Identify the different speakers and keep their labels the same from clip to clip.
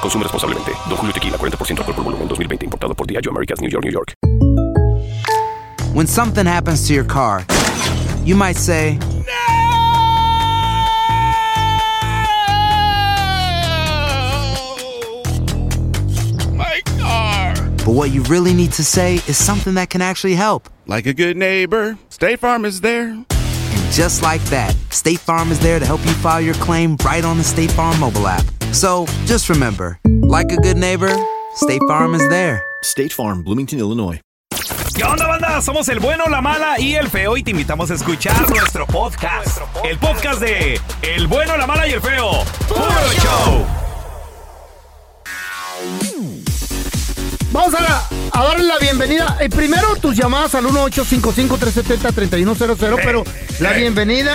Speaker 1: Consume responsablemente. Don Julio Tequila, 40% alcohol por volumen, 2020. Importado por Diageo Americas, New York, New York.
Speaker 2: When something happens to your car, you might say,
Speaker 3: My car!
Speaker 2: but what you really need to say is something that can actually help.
Speaker 3: Like a good neighbor, State Farm is there.
Speaker 2: And just like that, State Farm is there to help you file your claim right on the State Farm mobile app. So just remember, like a good neighbor, State Farm is there.
Speaker 4: State Farm, Bloomington, Illinois.
Speaker 5: ¿Qué onda, banda? Somos el bueno, la mala y el feo y te invitamos a escuchar nuestro podcast. El podcast de El bueno, la mala y el feo. ¡Puro show!
Speaker 6: Vamos a, la- a darle la bienvenida. Eh, primero tus llamadas al
Speaker 5: Eh,
Speaker 6: 1-855-370-3100, pero la bienvenida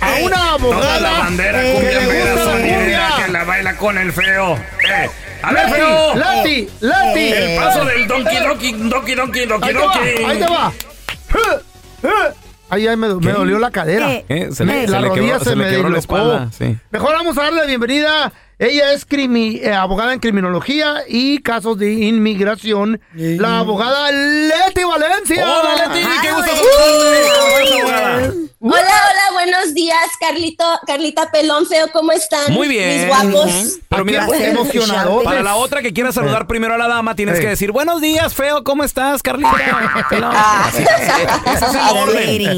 Speaker 6: a una
Speaker 5: Toda la
Speaker 6: abogada
Speaker 5: bandera
Speaker 6: que
Speaker 5: cumbia
Speaker 6: Eh, le gusta
Speaker 5: pedazo
Speaker 6: la
Speaker 5: de
Speaker 6: cumbia.
Speaker 5: negra que la Eh, baila con el feo. Eh, a ver,
Speaker 6: Lati,
Speaker 5: feo.
Speaker 6: Lati, Lati.
Speaker 5: El paso del donkey, donkey, donkey, donkey, donkey,
Speaker 6: Eh. Ahí te va,
Speaker 5: donkey.
Speaker 6: ahí te va. Ay, ay, me, do- me dolió la cadera.
Speaker 7: ¿Qué?
Speaker 8: Eh, se le,
Speaker 6: Me-
Speaker 8: se
Speaker 6: la
Speaker 8: le
Speaker 6: rodilla
Speaker 8: quebró,
Speaker 6: se,
Speaker 8: se le
Speaker 6: me
Speaker 8: quebró la
Speaker 6: dislocó.
Speaker 8: espalda. Sí.
Speaker 6: Mejor vamos a darle la bienvenida. Ella es crimi- eh, abogada en criminología y casos de inmigración. La abogada Leti Valencia.
Speaker 5: Hola, Leti, qué
Speaker 7: Ah,
Speaker 5: gusto
Speaker 7: güey.
Speaker 5: saludarte, abogada.
Speaker 9: Hola, hola, buenos días, Carlito, Carlita Pelón Feo, ¿cómo están?
Speaker 8: Muy bien.
Speaker 9: Mis guapos.
Speaker 8: Pero
Speaker 6: Aquí
Speaker 8: mira,
Speaker 6: hasta emocionadotes.
Speaker 8: para la otra que quiera saludar primero a la dama, tienes
Speaker 6: Eh.
Speaker 8: que decir, buenos días, feo, ¿cómo estás, Carlita? Pelón". Así, Ese es el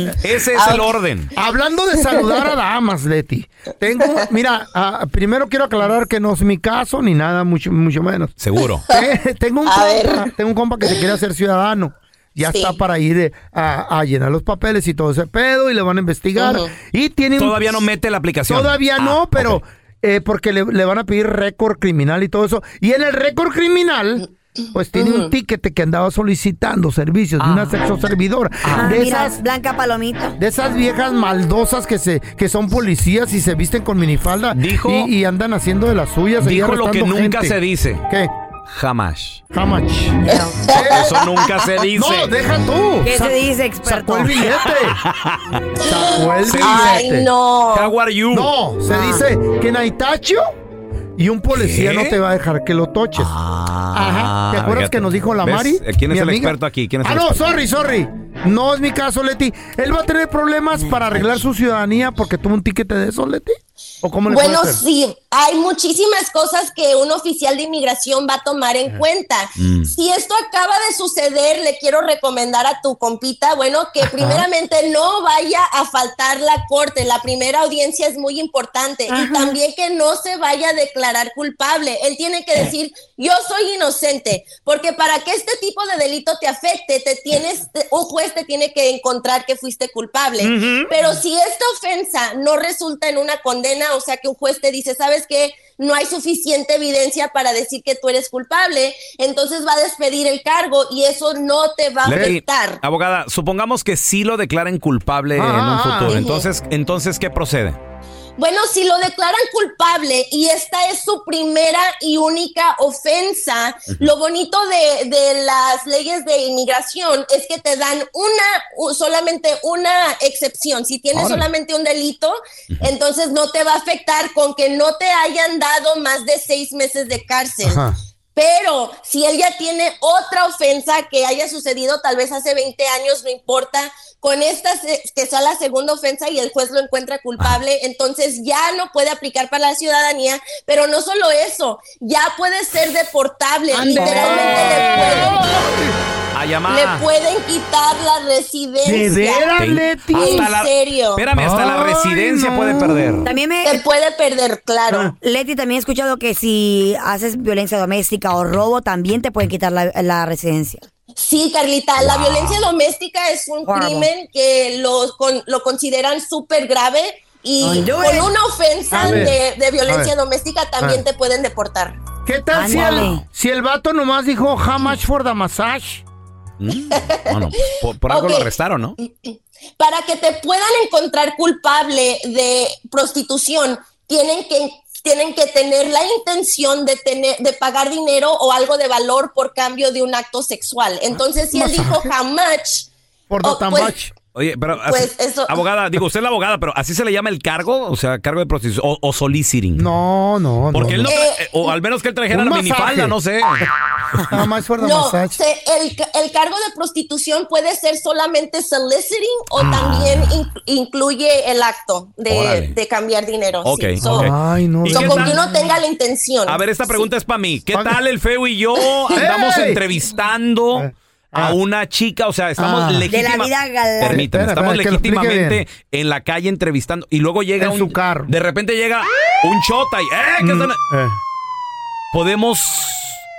Speaker 8: orden. Ese es el orden.
Speaker 6: Hablando de saludar a damas, Leti. Tengo, mira, ah, primero quiero aclarar que no es mi caso ni nada, mucho, mucho menos.
Speaker 8: Seguro.
Speaker 6: Te- tengo, un
Speaker 9: A
Speaker 6: compa,
Speaker 9: ver.
Speaker 6: tengo un compa que se quiere hacer ciudadano. Ya
Speaker 9: Sí.
Speaker 6: está para ir eh, a, a llenar los papeles y todo ese pedo y le van a investigar.
Speaker 9: Ujú.
Speaker 6: Y tiene un-
Speaker 8: Todavía no mete la aplicación.
Speaker 6: Todavía
Speaker 8: Ah,
Speaker 6: no, pero
Speaker 8: ok.
Speaker 6: eh, porque le, le van a pedir récord criminal y todo eso. Y en el récord criminal, pues tiene un ticket que andaba solicitando servicios de una sexoservidora.
Speaker 7: Ah,
Speaker 6: de,
Speaker 7: mira,
Speaker 6: esas,
Speaker 7: Blanca Palomita.
Speaker 6: de esas viejas maldosas que se que son policías y se visten con minifalda
Speaker 8: Dijo-
Speaker 6: y, y andan haciendo de las suyas. ahí
Speaker 8: Dijo lo que
Speaker 6: arrastrando
Speaker 8: nunca
Speaker 6: gente.
Speaker 8: se dice.
Speaker 6: ¿Qué?
Speaker 8: Jamás.
Speaker 6: How much?
Speaker 8: Eso nunca se
Speaker 6: No,
Speaker 8: dice.
Speaker 6: deja tú.
Speaker 7: ¿Qué
Speaker 6: Sa-
Speaker 7: se dice, experto?
Speaker 6: Sacó el billete. Sacó el billete.
Speaker 9: Ay, no.
Speaker 8: How are you?
Speaker 6: No, se dice que Naitacho y un policía
Speaker 8: ¿Qué?
Speaker 6: no te va a dejar que lo toches. Ajá. ¿Te acuerdas
Speaker 8: Ah, fíjate.
Speaker 6: que nos dijo la
Speaker 8: ¿Ves? Eh,
Speaker 6: Mari?
Speaker 8: ¿Quién
Speaker 6: mi
Speaker 8: es el
Speaker 6: amiga?
Speaker 8: experto aquí? ¿Quién es
Speaker 6: ah,
Speaker 8: el
Speaker 6: no,
Speaker 8: experto?
Speaker 6: sorry, sorry. No es mi caso, Leti. Él va a tener problemas para arreglar su ciudadanía porque tuvo un ticket de eso, Leti. ¿O cómo le puede
Speaker 9: Bueno,
Speaker 6: hacer?
Speaker 9: sí, hay muchísimas cosas que un oficial de inmigración va a tomar en cuenta.
Speaker 8: Mm.
Speaker 9: Si esto acaba de suceder, le quiero recomendar a tu compita, bueno, que primeramente no vaya a faltar la corte, la primera audiencia es muy importante y también que no se vaya a declarar culpable. Él tiene
Speaker 8: Eh.
Speaker 9: que decir, yo soy inocente, porque para que este tipo de delito te afecte, te tienes, te- un juez te tiene que encontrar que fuiste culpable. Pero si esta ofensa no resulta en una condena, o sea que un juez te dice, ¿sabes qué? No hay suficiente evidencia para decir que tú eres culpable, entonces va a despedir el cargo y eso no te va a
Speaker 8: Leti,
Speaker 9: afectar.
Speaker 8: abogada, supongamos que sí lo declaren culpable en un
Speaker 6: Ah,
Speaker 8: futuro.
Speaker 9: ah.
Speaker 8: Entonces, entonces ¿qué procede?
Speaker 9: Bueno, si lo declaran culpable y esta es su primera y única ofensa, lo bonito de, de las leyes de inmigración es que te dan una, u- solamente una excepción. Si tienes
Speaker 6: Órale.
Speaker 9: solamente un delito, entonces no te va a afectar con que no te hayan dado más de seis meses de cárcel.
Speaker 6: Ajá.
Speaker 9: Pero si él ya tiene otra ofensa que haya sucedido tal vez hace 20 años, no importa, con esta se- que sea la segunda ofensa y el juez lo encuentra culpable, entonces ya no puede aplicar para la ciudadanía, pero no solo eso, ya puede ser deportable,
Speaker 6: Ándale.
Speaker 9: literalmente le pueden-
Speaker 5: llamada.
Speaker 9: le pueden quitar la residencia.
Speaker 6: Ah. ¿De veras,
Speaker 5: Ten-
Speaker 6: Leti?
Speaker 9: ¿En
Speaker 5: Hasta la-
Speaker 9: serio?
Speaker 5: Espérame, hasta la
Speaker 6: Ay,
Speaker 5: residencia
Speaker 6: no.
Speaker 5: puede perder.
Speaker 7: También me...
Speaker 9: Se puede perder,
Speaker 6: Ah.
Speaker 9: claro.
Speaker 7: Leti, también he escuchado que si haces violencia doméstica o robo, también te pueden quitar la, la residencia.
Speaker 9: Sí, Carlita, la violencia doméstica es un
Speaker 7: Horrible.
Speaker 9: crimen que lo, con- lo consideran súper grave y
Speaker 7: Don't do
Speaker 9: con
Speaker 7: it.
Speaker 9: una ofensa
Speaker 6: A ver,
Speaker 9: de, de violencia
Speaker 6: a ver.
Speaker 9: doméstica también te pueden deportar.
Speaker 6: ¿Qué tal si el,
Speaker 7: Ándale.
Speaker 6: si el vato nomás dijo, how much for the massage?
Speaker 8: Mm. Bueno, por, por algo
Speaker 9: Ok.
Speaker 8: lo arrestaron, ¿no?
Speaker 9: Para que te puedan encontrar culpable de prostitución, tienen que tienen que tener la intención de tener de pagar dinero o algo de valor por cambio de un acto sexual. Entonces, si él dijo how much,
Speaker 6: Ah, Por
Speaker 9: Oh,
Speaker 6: the tan
Speaker 9: pues,
Speaker 6: much.
Speaker 8: Oye, pero. así-
Speaker 9: Pues, eso-
Speaker 8: Abogada, digo, usted es la abogada, pero así se le llama el cargo, o sea, cargo de prostitución o, o soliciting.
Speaker 6: No, no,
Speaker 8: Porque él
Speaker 6: no.
Speaker 8: no. tra- eh, o al menos que él trajera
Speaker 6: Un
Speaker 8: la
Speaker 6: masaje.
Speaker 8: minifalda, no sé.
Speaker 6: How much for the
Speaker 9: No,
Speaker 6: massage?
Speaker 9: se- el, ca- el cargo de prostitución puede ser solamente soliciting o también in- incluye el acto
Speaker 8: Ah. Órale.
Speaker 9: de, de cambiar dinero. sí.
Speaker 8: Ok,
Speaker 9: So-
Speaker 8: ok.
Speaker 6: Ay, no.
Speaker 8: ¿Y
Speaker 9: so
Speaker 8: qué
Speaker 9: con
Speaker 8: tal?
Speaker 9: que uno tenga la intención.
Speaker 8: A ver, esta pregunta es para mí. ¿Qué tal el feo y yo andamos
Speaker 6: ¡Ey!
Speaker 8: entrevistando
Speaker 6: Ah.
Speaker 8: a una chica? O sea, estamos
Speaker 6: Ah.
Speaker 7: De la
Speaker 8: legítima-
Speaker 7: vida galante.
Speaker 8: Permíteme,
Speaker 6: Espera,
Speaker 8: estamos
Speaker 6: espera, que lo explique
Speaker 8: legítimamente en la calle entrevistando y luego llega
Speaker 6: En
Speaker 8: un
Speaker 6: su carro.
Speaker 8: De repente llega un chota y ¡eh! ¿qué están-
Speaker 6: Eh,
Speaker 8: ¿Podemos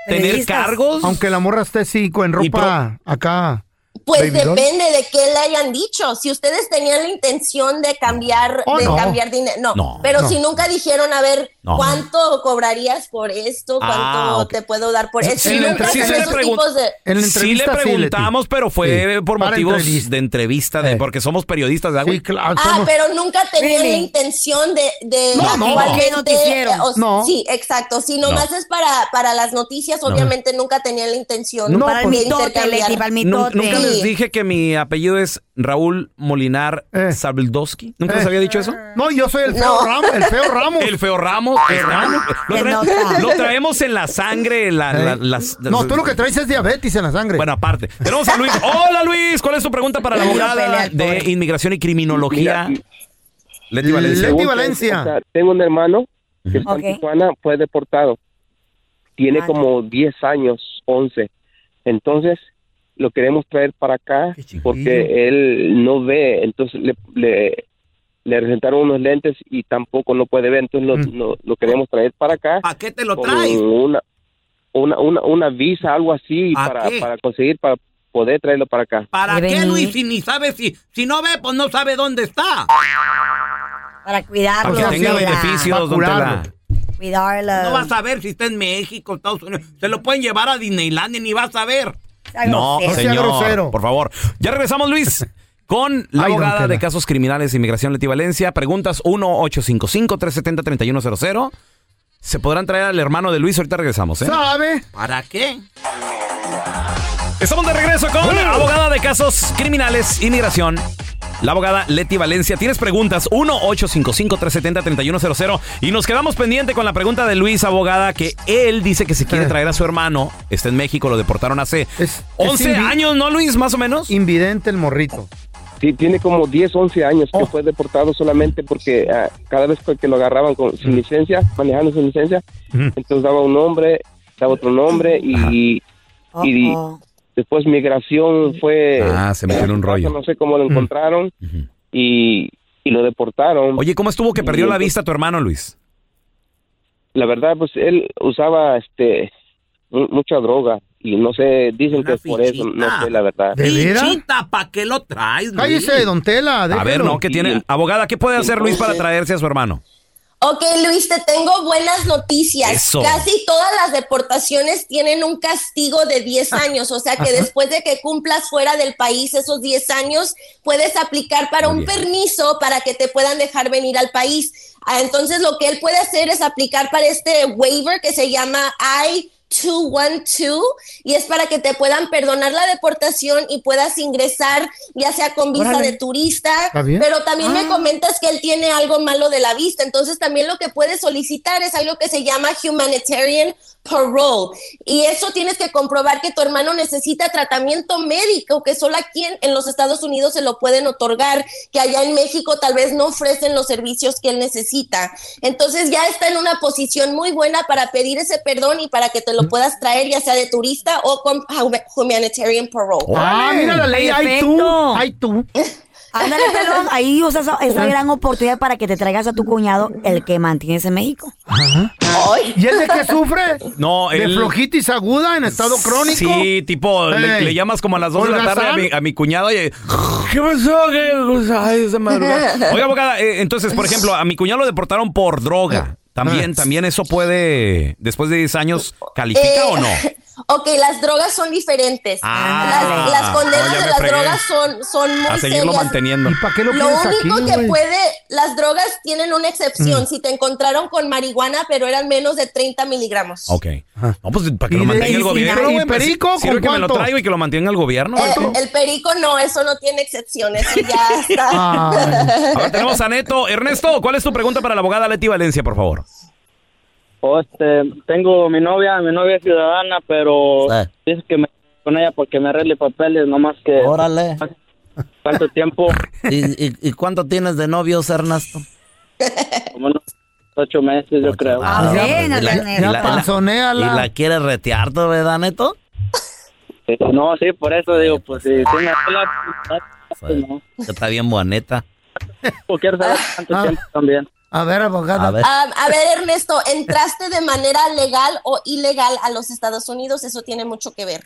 Speaker 8: tener
Speaker 7: Feministas.
Speaker 8: cargos?
Speaker 6: Aunque la morra esté cinco en
Speaker 8: Y
Speaker 6: ropa acá.
Speaker 9: Pues
Speaker 6: Baby doll.
Speaker 9: depende de qué le hayan dicho. Si ustedes tenían la intención de cambiar,
Speaker 6: Oh,
Speaker 9: de
Speaker 6: no.
Speaker 9: cambiar dinero, no.
Speaker 8: No,
Speaker 9: Pero
Speaker 6: no.
Speaker 9: si nunca dijeron, a ver,
Speaker 8: No.
Speaker 9: ¿cuánto cobrarías por esto? ¿Cuánto
Speaker 8: Ah, ok.
Speaker 9: te puedo dar por
Speaker 8: Sí, sí,
Speaker 9: esto? Si
Speaker 8: le-
Speaker 9: nunca
Speaker 8: sí
Speaker 9: hacen
Speaker 8: se le
Speaker 9: esos
Speaker 8: pregun-
Speaker 9: tipos de...
Speaker 6: En la
Speaker 8: Sí le
Speaker 6: entrevista sí, Leti.
Speaker 8: preguntamos, pero fue
Speaker 6: Sí,
Speaker 8: por
Speaker 6: para
Speaker 8: motivos
Speaker 6: entrevista.
Speaker 8: de entrevista, de,
Speaker 6: Eh.
Speaker 8: porque somos periodistas de algo.
Speaker 6: Sí, claro.
Speaker 9: Ah,
Speaker 6: somos-
Speaker 9: pero nunca tenían la
Speaker 7: Really?
Speaker 9: intención de, de
Speaker 6: No, no.
Speaker 9: actualmente,
Speaker 7: ¿Qué noticiero?
Speaker 9: eh, o-
Speaker 6: No.
Speaker 9: Sí, exacto. Si nomás es para, para las noticias, obviamente nunca tenían la intención
Speaker 6: No,
Speaker 7: para el
Speaker 9: de
Speaker 7: mitote, Leti, para
Speaker 9: intercambiar.
Speaker 7: el
Speaker 8: pues, Nun-
Speaker 7: mitote.
Speaker 8: Nunca
Speaker 9: Sí.
Speaker 8: les dije que mi apellido es Raúl Molinar
Speaker 6: Eh.
Speaker 8: Sabildowski. ¿Nunca
Speaker 6: Eh.
Speaker 8: les había dicho eso?
Speaker 6: No, yo soy el feo
Speaker 9: No.
Speaker 6: Ramos. El feo Ramos.
Speaker 8: El feo Ramos.
Speaker 6: Eh.
Speaker 8: el Ramos. Lo,
Speaker 7: Te
Speaker 8: trae-
Speaker 7: nota.
Speaker 8: lo traemos en la sangre. la-
Speaker 6: Eh.
Speaker 8: la- las,
Speaker 6: No, tú lo que traes es diabetes en la sangre.
Speaker 8: Bueno, aparte. Tenemos a Luis. Hola, Luis. ¿Cuál es tu pregunta para la
Speaker 7: Yo
Speaker 8: abogada
Speaker 7: pelea,
Speaker 8: de
Speaker 7: pobre.
Speaker 8: inmigración y criminología?
Speaker 10: Mira,
Speaker 8: Leti Valencia.
Speaker 6: Leti
Speaker 10: pregunta es,
Speaker 6: Valencia.
Speaker 10: o sea, tengo un hermano que está
Speaker 7: Ok.
Speaker 10: en Tijuana, fue deportado. Tiene
Speaker 7: Ah,
Speaker 10: como 10 años, 11. Entonces, lo queremos traer para acá
Speaker 6: Qué chiquillo.
Speaker 10: porque él no ve. Entonces, le, le, le recetaron unos lentes y tampoco no puede ver. Entonces, lo,
Speaker 6: Mm.
Speaker 10: lo- lo queremos traer para acá
Speaker 8: ¿A qué te lo
Speaker 10: con una, una, una, una visa, algo así,
Speaker 8: ¿A
Speaker 10: para,
Speaker 8: qué?
Speaker 10: para conseguir, para poder traerlo para acá.
Speaker 8: ¿Para
Speaker 7: qué, Venir. Luis?
Speaker 8: Si ni sabe, si, si no ve, pues no sabe dónde está.
Speaker 7: Para cuidarlos.
Speaker 8: Para que tenga
Speaker 7: mira.
Speaker 8: beneficios, don
Speaker 6: curarlo.
Speaker 8: Tela.
Speaker 7: Cuidarlos.
Speaker 8: a ver si está en México, Estados Unidos. Se lo pueden llevar a Disneylandia ni vas a ver.
Speaker 7: Sea
Speaker 8: No,
Speaker 7: grosero.
Speaker 6: sea grosero.
Speaker 8: señor. Por favor. Ya regresamos, Luis. Con la
Speaker 6: Ay, don
Speaker 8: abogada de
Speaker 6: Tela.
Speaker 8: casos criminales de inmigración Leti Valencia. Preguntas 1-855-370-3100. ¿Se podrán traer al hermano de Luis? Ahorita regresamos, ¿eh?
Speaker 6: ¿Sabe?
Speaker 8: ¿Para qué? Estamos de regreso con la abogada de casos criminales, inmigración. La abogada Leti Valencia. Tienes preguntas 1-855-370-3100. Y nos quedamos pendiente con la pregunta de Luis, abogada, que él dice que se quiere
Speaker 6: Eh.
Speaker 10: Ah.
Speaker 8: traer a su hermano. Está en México, lo deportaron hace
Speaker 6: Es-
Speaker 8: 11
Speaker 6: es invi-
Speaker 8: años, ¿no, Luis? Más o menos.
Speaker 6: Invidente el morrito.
Speaker 10: Sí, tiene como 10, 11 años que
Speaker 6: Oh.
Speaker 10: fue deportado solamente porque ah, cada vez que lo agarraban con, sin licencia, manejando sin licencia, entonces daba un nombre, daba otro nombre y, y-
Speaker 7: Oh,
Speaker 10: y
Speaker 7: oh.
Speaker 10: después migración fue...
Speaker 8: Ah, se metió en
Speaker 10: eh,
Speaker 8: un rollo.
Speaker 10: No sé cómo lo encontraron y, y lo deportaron.
Speaker 8: Oye, ¿cómo estuvo que perdió la vista tu hermano, Luis?
Speaker 10: La verdad, pues él usaba este mu- mucha droga y no sé, dicen que
Speaker 8: Una
Speaker 10: es por eso, no
Speaker 8: fichita.
Speaker 10: sé la verdad.
Speaker 6: ¿De veras?
Speaker 8: ¿para qué lo traes,
Speaker 6: Cállese, don Tela.
Speaker 8: A ver,
Speaker 6: déjelo.
Speaker 8: no, que tiene. Abogada, ¿qué puede hacer Luis para
Speaker 10: Entonces-
Speaker 8: traerse a su hermano?
Speaker 9: Ok, Luis, te tengo buenas noticias.
Speaker 8: Eso.
Speaker 9: Casi todas las deportaciones tienen un castigo de 10 años, o sea que después de que cumplas fuera del país esos 10 años, puedes aplicar para
Speaker 8: Muy
Speaker 9: un
Speaker 8: bien.
Speaker 9: permiso para que te puedan dejar venir al país. Ah, Entonces, lo que él puede hacer es aplicar para este waiver que se llama I. 212 y es para que te puedan perdonar la deportación y puedas ingresar ya sea con visa
Speaker 7: Órale.
Speaker 9: de turista,
Speaker 6: Está bien.
Speaker 9: pero también me comentas que él tiene algo malo de la vista, entonces también lo que puedes solicitar es algo que se llama humanitarian parole y eso tienes que comprobar que tu hermano necesita tratamiento médico que solo aquí en, en los Estados Unidos se lo pueden otorgar, que allá en México tal vez no ofrecen los servicios que él necesita. Entonces ya está en una posición muy buena para pedir ese perdón y para que te lo lo puedas traer ya sea de turista o con hum- humanitarian parole.
Speaker 6: Ah, mira la ley, ahí tú, ahí tú.
Speaker 7: Ándale, pelón, ahí usas esa, esa gran oportunidad para que te traigas a tu cuñado, el que mantienes en México.
Speaker 6: ¿Y él de qué sufre?
Speaker 8: No,
Speaker 6: ¿De
Speaker 8: él-
Speaker 6: flojitis aguda en estado crónico?
Speaker 8: Sí, tipo, le,
Speaker 6: Ey.
Speaker 8: le llamas como a las 2 de la tarde a
Speaker 6: ¿Holgazán?
Speaker 8: mi, a mi cuñado y... ¿Qué pasó? ¿Qué? Ay, esa madrugada. Oiga, abogada, eh, entonces, por ejemplo, a mi cuñado lo deportaron por
Speaker 6: Eh, ah,
Speaker 8: droga. También, también eso puede, después de 10 años, ¿califica
Speaker 9: Eh,
Speaker 8: o no?
Speaker 9: Ok, las drogas son diferentes.
Speaker 8: Ah,
Speaker 9: las, las condenas
Speaker 8: no, ya
Speaker 9: de
Speaker 8: me
Speaker 9: las
Speaker 8: fregué.
Speaker 9: drogas son, son muy
Speaker 8: A seguirlo
Speaker 9: serias.
Speaker 8: manteniendo. ¿Y para qué
Speaker 9: Lo único que puede, las drogas tienen una
Speaker 8: Mm.
Speaker 9: excepción, si te encontraron con marihuana, pero eran menos de 30 miligramos.
Speaker 8: Ok. No, pues para
Speaker 6: Ah. ¿Y
Speaker 8: que lo
Speaker 6: de-
Speaker 8: mantenga
Speaker 6: y-
Speaker 8: el
Speaker 6: y-
Speaker 8: gobierno.
Speaker 6: y
Speaker 8: güey, pues,
Speaker 6: perico,
Speaker 8: sirve
Speaker 6: con
Speaker 8: que me lo
Speaker 6: cuánto? Eh,
Speaker 8: traigo y que lo mantenga el gobierno.
Speaker 9: El, Eh, el perico no, eso no tiene excepción, eso ya
Speaker 8: Ay. Ahora
Speaker 9: está.
Speaker 8: tenemos a Neto. Ernesto, ¿cuál es tu pregunta para la abogada Leti Valencia, por favor?
Speaker 11: O, este, tengo mi novia, mi novia es ciudadana, pero dice que me con ella porque me arregle papeles, nomás que...
Speaker 12: Órale.
Speaker 11: ¿Cuánto tiempo?
Speaker 12: ¿Y, y, y cuánto tienes de novios, Ernesto?
Speaker 11: Como unos ocho meses, yo creo.
Speaker 12: Ah,
Speaker 7: bien,
Speaker 12: pues, y la-
Speaker 7: Ernesto.
Speaker 12: y la- y la-
Speaker 6: Panzonéala.
Speaker 12: ¿Y la quieres retear, tú, verdad, Neto?
Speaker 11: Eh, No, sí, por eso digo, pues si si me arregla, pues, no.
Speaker 12: Que está bien boneta.
Speaker 11: O quiero saber cuánto tiempo también.
Speaker 6: Ah. A ver, abogada.
Speaker 12: A ver.
Speaker 9: Ah, a ver, Ernesto, ¿entraste de manera legal o ilegal a los Estados Unidos? Eso tiene mucho que ver.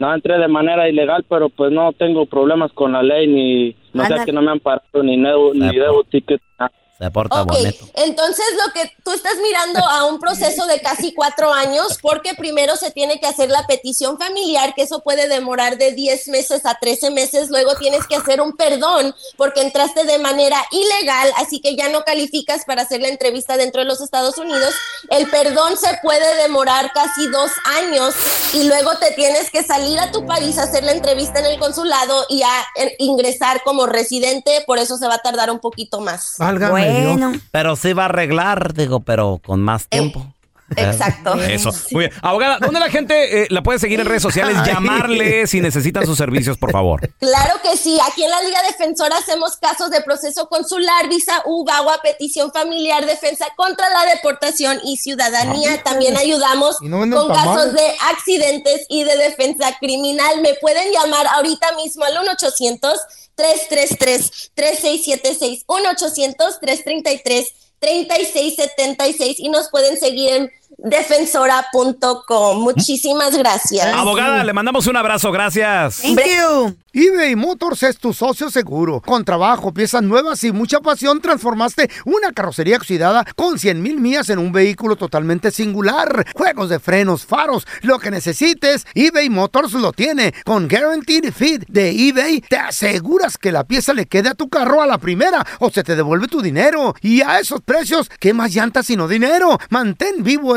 Speaker 11: No entré de manera ilegal, pero pues no tengo problemas con la ley, ni... No sé
Speaker 9: Ándale.
Speaker 11: que no me han parado, ni debo, ni debo ticket. nada.
Speaker 12: Se porta
Speaker 9: Ok,
Speaker 12: boneta.
Speaker 9: entonces lo que tú estás mirando a un proceso de casi cuatro años, porque primero se tiene que hacer la petición familiar, que eso puede demorar de 10 meses a 13 meses, luego tienes que hacer un perdón porque entraste de manera ilegal, así que ya no calificas para hacer la entrevista dentro de los Estados Unidos. El perdón se puede demorar casi dos años y luego te tienes que salir a tu país a hacer la entrevista en el consulado y a eh, ingresar como residente, por eso se va a tardar un poquito más.
Speaker 7: Bueno.
Speaker 12: Pero sí va a arreglar, digo, pero con más tiempo.
Speaker 9: Exacto.
Speaker 8: Eso. Muy bien. Abogada, ¿dónde la gente eh, la puede seguir en redes sociales? Llamarle si necesitan sus servicios, por favor.
Speaker 9: Claro que sí, aquí en la Liga Defensora hacemos casos de proceso consular, visa U, VAWA, petición familiar, defensa contra la deportación y ciudadanía. También ayudamos
Speaker 6: Y no venden
Speaker 9: con
Speaker 6: tamales.
Speaker 9: casos de accidentes y de defensa criminal. Me pueden llamar ahorita mismo al 1-800. 333-3676, 1-800-333-3676 y nos pueden seguir en defensora.com. Muchísimas gracias.
Speaker 8: Abogada, le mandamos un abrazo. Gracias.
Speaker 6: eBay Motors es tu socio seguro. Con trabajo, piezas nuevas y mucha pasión, transformaste una carrocería oxidada con 100 mil millas en un vehículo totalmente singular. Juegos de frenos, faros, lo que necesites, eBay Motors lo tiene. Con Guaranteed Fit de eBay, te aseguras que la pieza le quede a tu carro a la primera o se te devuelve tu dinero. Y a esos precios, ¿qué más llantas sino dinero? Mantén vivo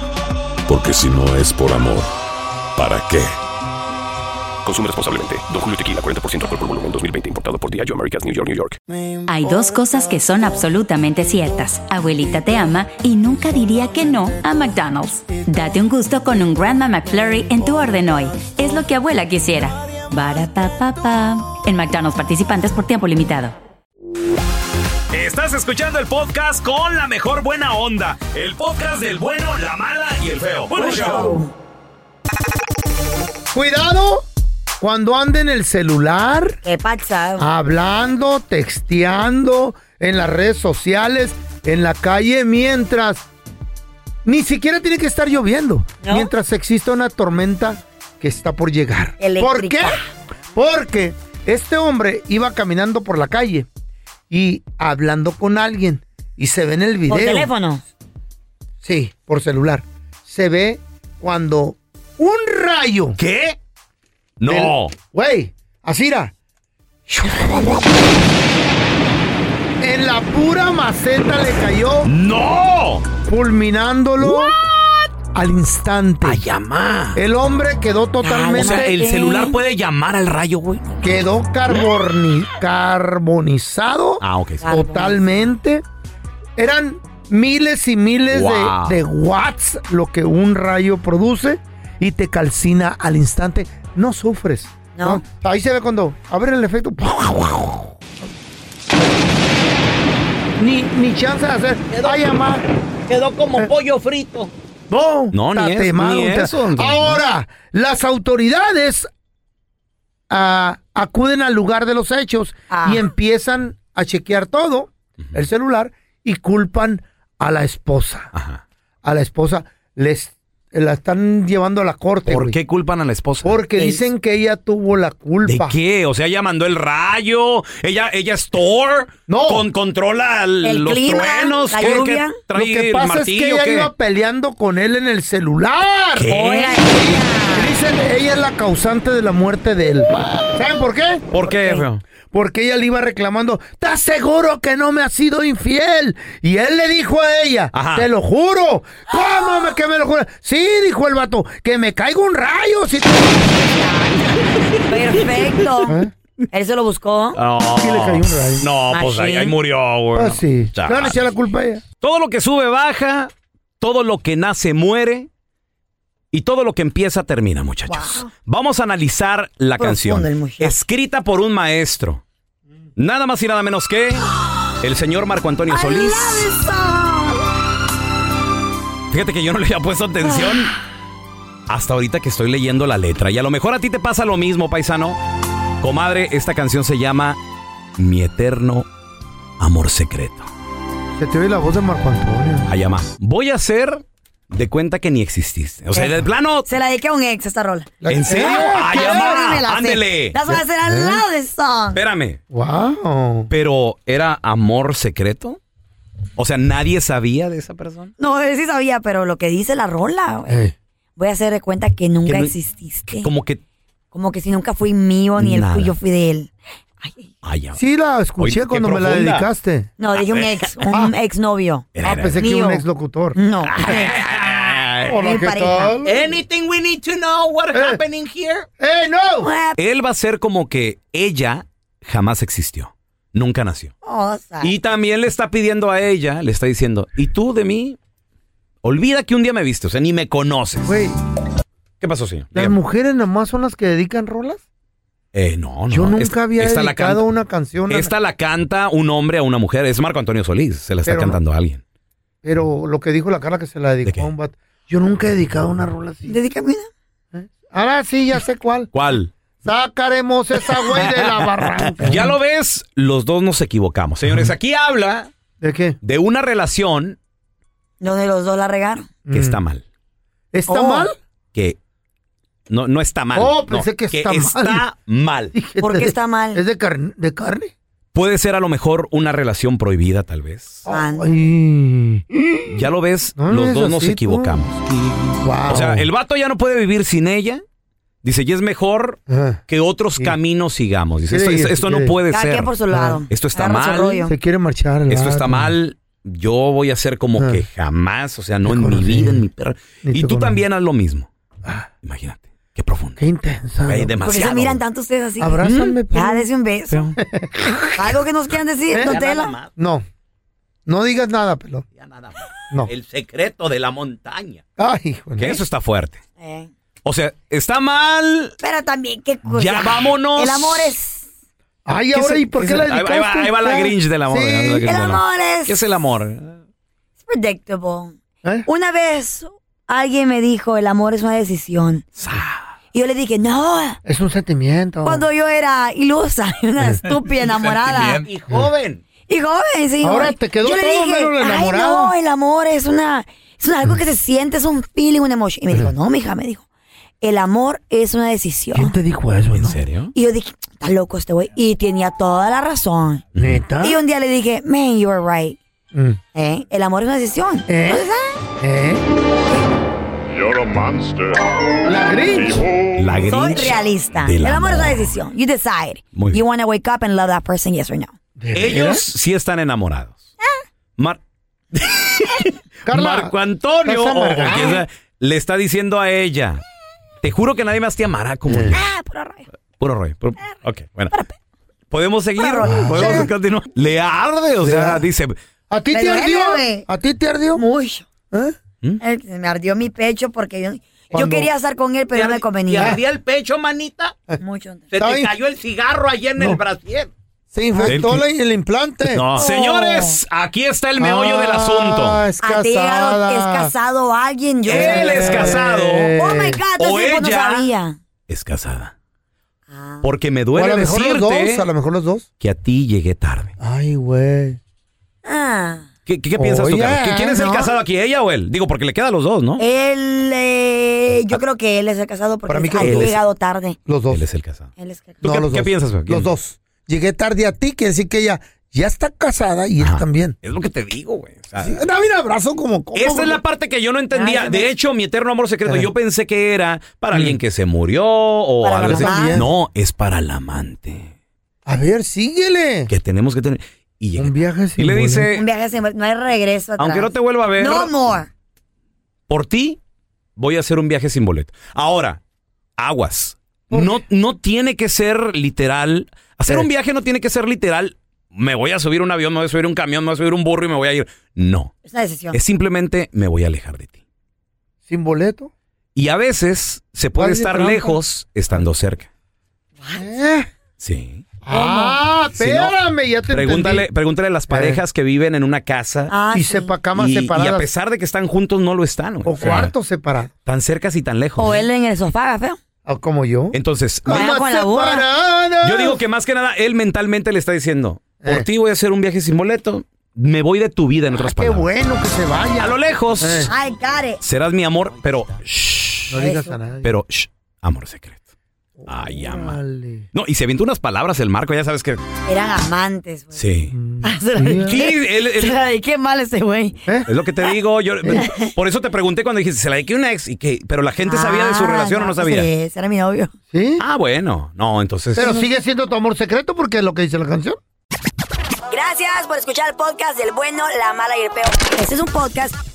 Speaker 13: Porque si no es por amor, ¿para qué?
Speaker 1: Consume responsablemente. Don Julio Tequila 40% alcohol por volumen 2020 importado por Diageo Americas New York New York.
Speaker 14: Hay dos cosas que son absolutamente ciertas. Abuelita te ama y nunca diría que no a McDonald's. Date un gusto con un Grandma McFlurry en tu orden hoy. Es lo que abuela quisiera. Barapapapa. En McDonald's participantes por tiempo limitado.
Speaker 5: Estás escuchando el podcast con la mejor buena onda. El podcast del bueno, la mala y el feo. Bueno, show.
Speaker 6: Cuidado cuando anden en el celular.
Speaker 7: ¿Qué pasa?
Speaker 8: Ah,
Speaker 6: Hablando, texteando, en las redes sociales, en la calle, mientras ni siquiera tiene que estar lloviendo. Mientras exista una tormenta que está por llegar. ¿Por qué? Porque este hombre iba caminando por la calle y hablando con alguien. Y se ve en el video.
Speaker 7: ¿Por teléfono?
Speaker 6: Sí, por celular. Se ve cuando un rayo.
Speaker 8: ¿Qué? No.
Speaker 6: del- Güey, así era. En la pura maceta le cayó.
Speaker 8: ¡No!
Speaker 6: Fulminándolo. al instante. A llamar. El hombre quedó totalmente.
Speaker 12: Ah, O sea, el
Speaker 8: Eh.
Speaker 12: celular puede llamar al rayo, güey.
Speaker 6: Quedó carboni- carbonizado.
Speaker 12: Ah, ok.
Speaker 6: Totalmente. Eran miles y miles de-
Speaker 12: Wow.
Speaker 6: de, watts lo que un rayo produce y te calcina al instante. No sufres. No. Ahí se ve cuando abre el efecto. Ni, ni chance de hacer. Ay, mamá.
Speaker 15: Quedó como pollo frito.
Speaker 6: No,
Speaker 8: No, ni
Speaker 6: tate
Speaker 8: es-
Speaker 6: malo,
Speaker 8: ni
Speaker 6: tate-
Speaker 8: eso.
Speaker 6: Ahora, las autoridades ah, acuden al lugar de los hechos y empiezan a chequear todo, el celular, y culpan a la esposa. A la esposa les la están llevando a la corte.
Speaker 8: ¿Por
Speaker 6: güey,
Speaker 8: qué culpan a la esposa?
Speaker 6: Porque dicen que ella tuvo la
Speaker 8: ¿De
Speaker 6: culpa.
Speaker 8: qué? O sea, ella mandó el rayo, ella, ella es Thor, con, controla el-
Speaker 6: El
Speaker 8: los
Speaker 6: clima,
Speaker 8: truenos,
Speaker 6: la
Speaker 8: ¿qué- qué
Speaker 6: lluvia.
Speaker 8: trae
Speaker 6: Lo que
Speaker 8: el
Speaker 6: pasa es
Speaker 8: martillo,
Speaker 6: que ella
Speaker 8: qué?
Speaker 6: iba peleando con él en el celular.
Speaker 8: ¿Qué?
Speaker 6: Oh, era ella. Dicen, ella es la causante de la muerte de él. ¿Saben por qué?
Speaker 8: ¿Por qué, feo?
Speaker 6: Porque ella le iba reclamando, ¿estás seguro que no me has sido infiel? Y él le dijo a ella, te lo juro. ¿Cómo me, que me lo juro? Sí, dijo el vato, que me caiga un rayo. Si te-
Speaker 7: Perfecto.
Speaker 8: ¿Eh?
Speaker 7: Él se lo buscó.
Speaker 6: Sí le cayó un rayo.
Speaker 8: No, pues ahí,
Speaker 7: Machín.
Speaker 8: ahí murió, güey.
Speaker 6: Ah, sí.
Speaker 8: Chale.
Speaker 6: No le eché la culpa a ella.
Speaker 8: Todo lo que sube baja, todo lo que nace muere y todo lo que empieza termina, muchachos. Vamos a analizar la
Speaker 7: Profundo el
Speaker 8: canción escrita por un maestro. Nada más y nada menos que el señor Marco Antonio Solís. Fíjate que yo no le había puesto atención
Speaker 6: Ah.
Speaker 8: hasta ahorita que estoy leyendo la letra. Y a lo mejor a ti te pasa lo mismo, paisano. Comadre, esta canción se llama Mi eterno amor secreto.
Speaker 6: Se te oye la voz de Marco Antonio.
Speaker 8: Allá más. Voy a hacer de cuenta que ni exististe. O sea, de plan. plano.
Speaker 7: Se la dediqué a un ex esta rola.
Speaker 6: Eh,
Speaker 8: ¿En serio?
Speaker 6: ah,
Speaker 8: Ay,
Speaker 7: Claro
Speaker 8: ama,
Speaker 7: que me la sé.
Speaker 8: ándele.
Speaker 7: Las voy a hacer al
Speaker 8: ¿Eh?
Speaker 7: lado de song.
Speaker 8: Espérame.
Speaker 6: Wow.
Speaker 8: Pero era amor secreto. O sea, nadie sabía de esa persona.
Speaker 7: No, él sí sabía, pero lo que dice la rola, güey.
Speaker 6: Eh.
Speaker 7: Voy a hacer de cuenta que nunca
Speaker 8: Que no-
Speaker 7: exististe.
Speaker 8: Como que.
Speaker 7: Como que si nunca fui mío, ni él
Speaker 8: Nada.
Speaker 7: fui, yo fui de él.
Speaker 8: Ay, ya.
Speaker 6: Sí, la escuché
Speaker 8: Oye, qué
Speaker 6: cuando me la
Speaker 8: profunda.
Speaker 6: dedicaste.
Speaker 7: No, dije un ex, un ex novio.
Speaker 6: Ah, pensé que
Speaker 7: Mío.
Speaker 6: era un ex locutor.
Speaker 8: Eh.
Speaker 7: No.
Speaker 6: Hola,
Speaker 7: Mi
Speaker 6: ¿qué
Speaker 7: pareja. Eh.
Speaker 6: tal?
Speaker 15: Anything we need to know what happening here?
Speaker 6: ¡Eh, no!
Speaker 8: Él va a ser como que ella jamás existió. Nunca nació. Y también le está pidiendo a ella, le está diciendo, ¿y tú de mí? Olvida que un día me viste, o sea, ni me conoces. ¿Qué pasó, señor?
Speaker 6: ¿Las mujeres nada más son las que dedican rolas?
Speaker 8: Eh, no, no.
Speaker 6: Yo
Speaker 8: no.
Speaker 6: nunca
Speaker 8: Esta-
Speaker 6: había
Speaker 8: esta la
Speaker 6: dedicado
Speaker 8: canta-
Speaker 6: una canción. a-
Speaker 8: Esta la canta un hombre a una mujer. Es Marco Antonio Solís. Se la está
Speaker 6: Pero no.
Speaker 8: cantando a alguien.
Speaker 6: Pero lo que dijo la cara que se la dedicó a un vato. Yo nunca he dedicado una rola así. ¿eh?
Speaker 7: Dedícame
Speaker 6: Ahora sí, ya sé cuál.
Speaker 8: ¿Cuál?
Speaker 6: Sacaremos esa güey de la barranca.
Speaker 8: Ya lo ves, los dos nos equivocamos. Señores, aquí habla.
Speaker 6: ¿De qué?
Speaker 8: De una relación
Speaker 7: Donde los dos la regaron.
Speaker 8: que
Speaker 6: Mm.
Speaker 8: está mal.
Speaker 6: ¿Está
Speaker 7: Oh.
Speaker 6: mal?
Speaker 8: Que no, no está mal.
Speaker 6: Oh,
Speaker 8: no,
Speaker 6: pensé que está mal.
Speaker 8: mal.
Speaker 7: ¿Por qué está mal?
Speaker 6: ¿Es de, carne- de carne?
Speaker 8: Puede ser a lo mejor una relación prohibida, tal vez.
Speaker 7: Oh.
Speaker 8: Ya lo ves,
Speaker 6: No
Speaker 8: los
Speaker 6: es
Speaker 8: dos nos
Speaker 6: así, tú.
Speaker 8: equivocamos.
Speaker 6: Wow.
Speaker 8: O sea, el vato ya no puede vivir sin ella. Dice, y es mejor que otros caminos sigamos.
Speaker 6: Sí,
Speaker 8: Dice, esto,
Speaker 6: sí,
Speaker 8: esto-
Speaker 6: sí,
Speaker 8: esto
Speaker 6: sí.
Speaker 8: no puede
Speaker 6: Cada
Speaker 8: ser.
Speaker 6: quien por su lado.
Speaker 8: Ah, Esto está
Speaker 6: Agarra su rollo.
Speaker 8: mal.
Speaker 6: Se quiere marchar el
Speaker 8: Esto está
Speaker 6: vato.
Speaker 8: mal. Yo voy a hacer como
Speaker 6: Ah.
Speaker 8: que jamás, o sea, no en mi vida, en mi perra. Y tú también haz lo mismo. Ah, Imagínate, qué profundo.
Speaker 6: Qué intensa.
Speaker 8: Güey,
Speaker 7: Porque se
Speaker 8: demasiado.
Speaker 7: miran tanto ustedes así.
Speaker 6: Abrázame,
Speaker 7: ¿Mm? Ya, dese un beso. Algo que nos quieran decir,
Speaker 6: ¿Eh?
Speaker 7: don
Speaker 6: Ya
Speaker 7: Tela.
Speaker 6: nada No. No digas nada, pelón. No.
Speaker 8: El secreto de la montaña.
Speaker 6: Ay, hijo.
Speaker 8: Que eso está fuerte.
Speaker 7: Eh.
Speaker 8: O sea, está mal.
Speaker 7: Pero también, qué cosa.
Speaker 8: Ya vámonos.
Speaker 7: Pues El amor es.
Speaker 6: Ay,
Speaker 8: ¿Qué
Speaker 6: ahora,
Speaker 8: se-
Speaker 6: ¿y por
Speaker 8: qué
Speaker 6: qué
Speaker 8: se-
Speaker 6: la
Speaker 8: ahí va- ahí va-
Speaker 6: dedicaste?
Speaker 8: Ahí va la Grinch del amor.
Speaker 6: Sí.
Speaker 8: ahí va la Grinch
Speaker 7: El
Speaker 8: del
Speaker 7: amor es-
Speaker 8: ¿Qué es el amor?
Speaker 7: It's predictable.
Speaker 6: ¿Eh?
Speaker 7: Una vez alguien me dijo, el amor es una decisión.
Speaker 8: Ah.
Speaker 7: Y yo le dije, no,
Speaker 6: Es un sentimiento.
Speaker 7: cuando yo era ilusa, una estúpida enamorada.
Speaker 6: Sentimiento. Y
Speaker 8: joven.
Speaker 7: Y joven, sí.
Speaker 6: Ahora
Speaker 7: joven.
Speaker 6: te quedó
Speaker 7: yo le
Speaker 6: todo
Speaker 7: dije,
Speaker 6: menos Mm. lo
Speaker 7: "Ay,
Speaker 6: enamorado".
Speaker 7: no, el amor es una, es una- algo que se siente, es un feeling, una emoción. Y me dijo, no, mija, me dijo, el amor es una decisión.
Speaker 6: ¿Quién te dijo eso? ¿En
Speaker 8: serio?
Speaker 7: Y yo dije, está loco este güey. Y tenía toda la razón.
Speaker 6: ¿Neta?
Speaker 7: Y un día le dije, man, you are right.
Speaker 6: Mm.
Speaker 7: ¿Eh? El amor es una decisión.
Speaker 6: ¿Eh?
Speaker 7: Entonces, ah,
Speaker 16: You're a monster.
Speaker 6: La Grinch.
Speaker 8: La
Speaker 7: Soy
Speaker 8: Grinch.
Speaker 7: realista.
Speaker 8: del
Speaker 7: El amor es una
Speaker 8: amor.
Speaker 7: decisión. You decide.
Speaker 8: Muy
Speaker 7: you want to wake up and love that person, yes or no.
Speaker 8: Ellos sí están
Speaker 7: Ah.
Speaker 8: enamorados. Mar- Marco Antonio.
Speaker 7: Estás
Speaker 8: o- o
Speaker 7: amargado.
Speaker 8: quién sabe, le está diciendo a ella, te juro que nadie más te amará como yo.
Speaker 7: Ah,
Speaker 8: puro rollo. Puro rollo. ok, bueno. Podemos seguir, podemos continuar. Le arde, o sea, dice,
Speaker 6: ¿A ti
Speaker 7: Me
Speaker 6: te
Speaker 7: duele,
Speaker 6: ardió?
Speaker 7: güey.
Speaker 6: ¿A ti te ardió?
Speaker 7: Mucho. Eh, Me ardió mi pecho porque yo, yo
Speaker 6: Cuando-
Speaker 7: quería estar con él, pero no me
Speaker 15: ¿Te
Speaker 7: convenía.
Speaker 15: ardía el pecho, manita?
Speaker 7: Mucho.
Speaker 15: Se
Speaker 6: Está
Speaker 15: te
Speaker 6: bien.
Speaker 15: cayó el cigarro ayer en el brasier.
Speaker 6: Se infectó
Speaker 8: El-
Speaker 6: la- el, implante.
Speaker 8: No. Ah, Señores,
Speaker 7: Oh.
Speaker 8: aquí está el meollo del asunto.
Speaker 6: es
Speaker 7: Ah, te llegado-
Speaker 6: casada.
Speaker 7: es casado alguien. Yo
Speaker 8: Él es
Speaker 6: Eh.
Speaker 8: casado.
Speaker 7: Oh my God,
Speaker 8: O
Speaker 7: ese tipo no
Speaker 8: ella.
Speaker 7: sabía.
Speaker 8: Es casada. Porque me
Speaker 6: O a
Speaker 8: duele
Speaker 6: lo mejor los
Speaker 8: decirte ¿eh?
Speaker 6: dos, a lo mejor los dos.
Speaker 8: que a ti llegué tarde.
Speaker 6: Ay, güey.
Speaker 7: Ah,
Speaker 8: ¿Qué, qué- qué piensas tú,
Speaker 6: Oye,
Speaker 8: Carlos? ¿Qui- ¿Quién es el
Speaker 6: Oh, ¿no?
Speaker 8: casado aquí, ella o él? Digo, porque le queda a los dos, ¿no?
Speaker 7: él, eh, yo creo que él es el casado porque
Speaker 8: Para mí que
Speaker 7: ha
Speaker 8: él es-
Speaker 7: llegado tarde.
Speaker 6: Los dos.
Speaker 8: Él es el casado.
Speaker 7: Él es casado.
Speaker 8: ¿Tú
Speaker 6: No,
Speaker 8: qué,
Speaker 6: los
Speaker 8: qué
Speaker 6: dos.
Speaker 8: piensas? güey?
Speaker 6: Los dos. Llegué tarde a ti, quiere decir que ella ya está casada y él también.
Speaker 8: Es lo que te digo, güey. O sea,
Speaker 6: Dame un abrazo como... como
Speaker 8: Ah. Esa es la parte que yo no entendía. De hecho, mi eterno amor secreto, yo pensé que era
Speaker 6: Mm.
Speaker 8: para alguien que se murió o
Speaker 6: Para
Speaker 8: algo
Speaker 6: la
Speaker 8: así.
Speaker 6: mamá.
Speaker 8: No, es para el amante.
Speaker 6: A ver, síguele.
Speaker 8: Que tenemos que tener. Y,
Speaker 6: Un viaje sin
Speaker 8: y le
Speaker 6: volver.
Speaker 8: dice,
Speaker 7: Un viaje sin no hay regreso atrás.
Speaker 8: aunque no te vuelva a ver,
Speaker 7: No more.
Speaker 8: por ti voy a hacer un viaje sin boleto. Ahora, aguas. No, no tiene que ser literal. Hacer un viaje no tiene que ser literal. Me voy a subir un avión, me voy a subir un camión, me voy a subir un burro y me voy a ir. No.
Speaker 7: Es una decisión.
Speaker 8: Es simplemente me voy a alejar de ti.
Speaker 6: ¿Sin boleto?
Speaker 8: Y a veces se puede
Speaker 6: ¿Cuál es
Speaker 8: estar
Speaker 6: trampa?
Speaker 8: lejos estando cerca.
Speaker 7: Ah,
Speaker 6: ¿Eh?
Speaker 8: Sí.
Speaker 6: Ah,
Speaker 8: Si no,
Speaker 6: espérame, ya te
Speaker 8: Pregúntale,
Speaker 6: entendí.
Speaker 8: pregúntale a las parejas que viven en una casa.
Speaker 7: Ah,
Speaker 6: y
Speaker 7: sí.
Speaker 6: sepa camas
Speaker 8: y, y a
Speaker 6: separadas.
Speaker 8: pesar de que están juntos, no lo están. güey.
Speaker 6: O cuartos separados.
Speaker 8: Tan cercas y tan lejos.
Speaker 7: O él en el sofá, feo.
Speaker 6: O como yo. Ah,
Speaker 8: Entonces,
Speaker 7: Vaya con la burra.
Speaker 8: yo digo que más que nada, él mentalmente le está diciendo, por ti voy a hacer un viaje sin boleto, me voy de tu vida, en otras
Speaker 6: Eh. Ah, Qué
Speaker 8: palabras.
Speaker 6: bueno que se vaya.
Speaker 8: A lo lejos.
Speaker 6: Eh.
Speaker 7: I got it.
Speaker 8: Serás mi amor, pero... shh,
Speaker 6: No digas a nadie.
Speaker 8: Pero, shh, amor secreto. Ay, ama. No, y se avienta unas palabras el marco, ya sabes que...
Speaker 7: Eran amantes. güey.
Speaker 8: Sí.
Speaker 7: Ah,
Speaker 6: Mm.
Speaker 7: Se la dediqué-
Speaker 8: Sí, él- él-
Speaker 7: se la dediqué mal a ese güey.
Speaker 6: ¿eh?
Speaker 8: Es lo que te digo. Yo, por eso te pregunté cuando dijiste, se la dediqué a una ex, y que, pero la gente sabía de su
Speaker 7: Ah,
Speaker 8: relación o no sabía.
Speaker 7: Sí, ese era mi novio.
Speaker 6: ¿Sí?
Speaker 8: Ah, bueno. No, entonces.
Speaker 6: Pero sigue siendo tu amor secreto porque es lo que dice la canción.
Speaker 7: Gracias por escuchar el podcast del bueno, la mala y el peo. Este es un podcast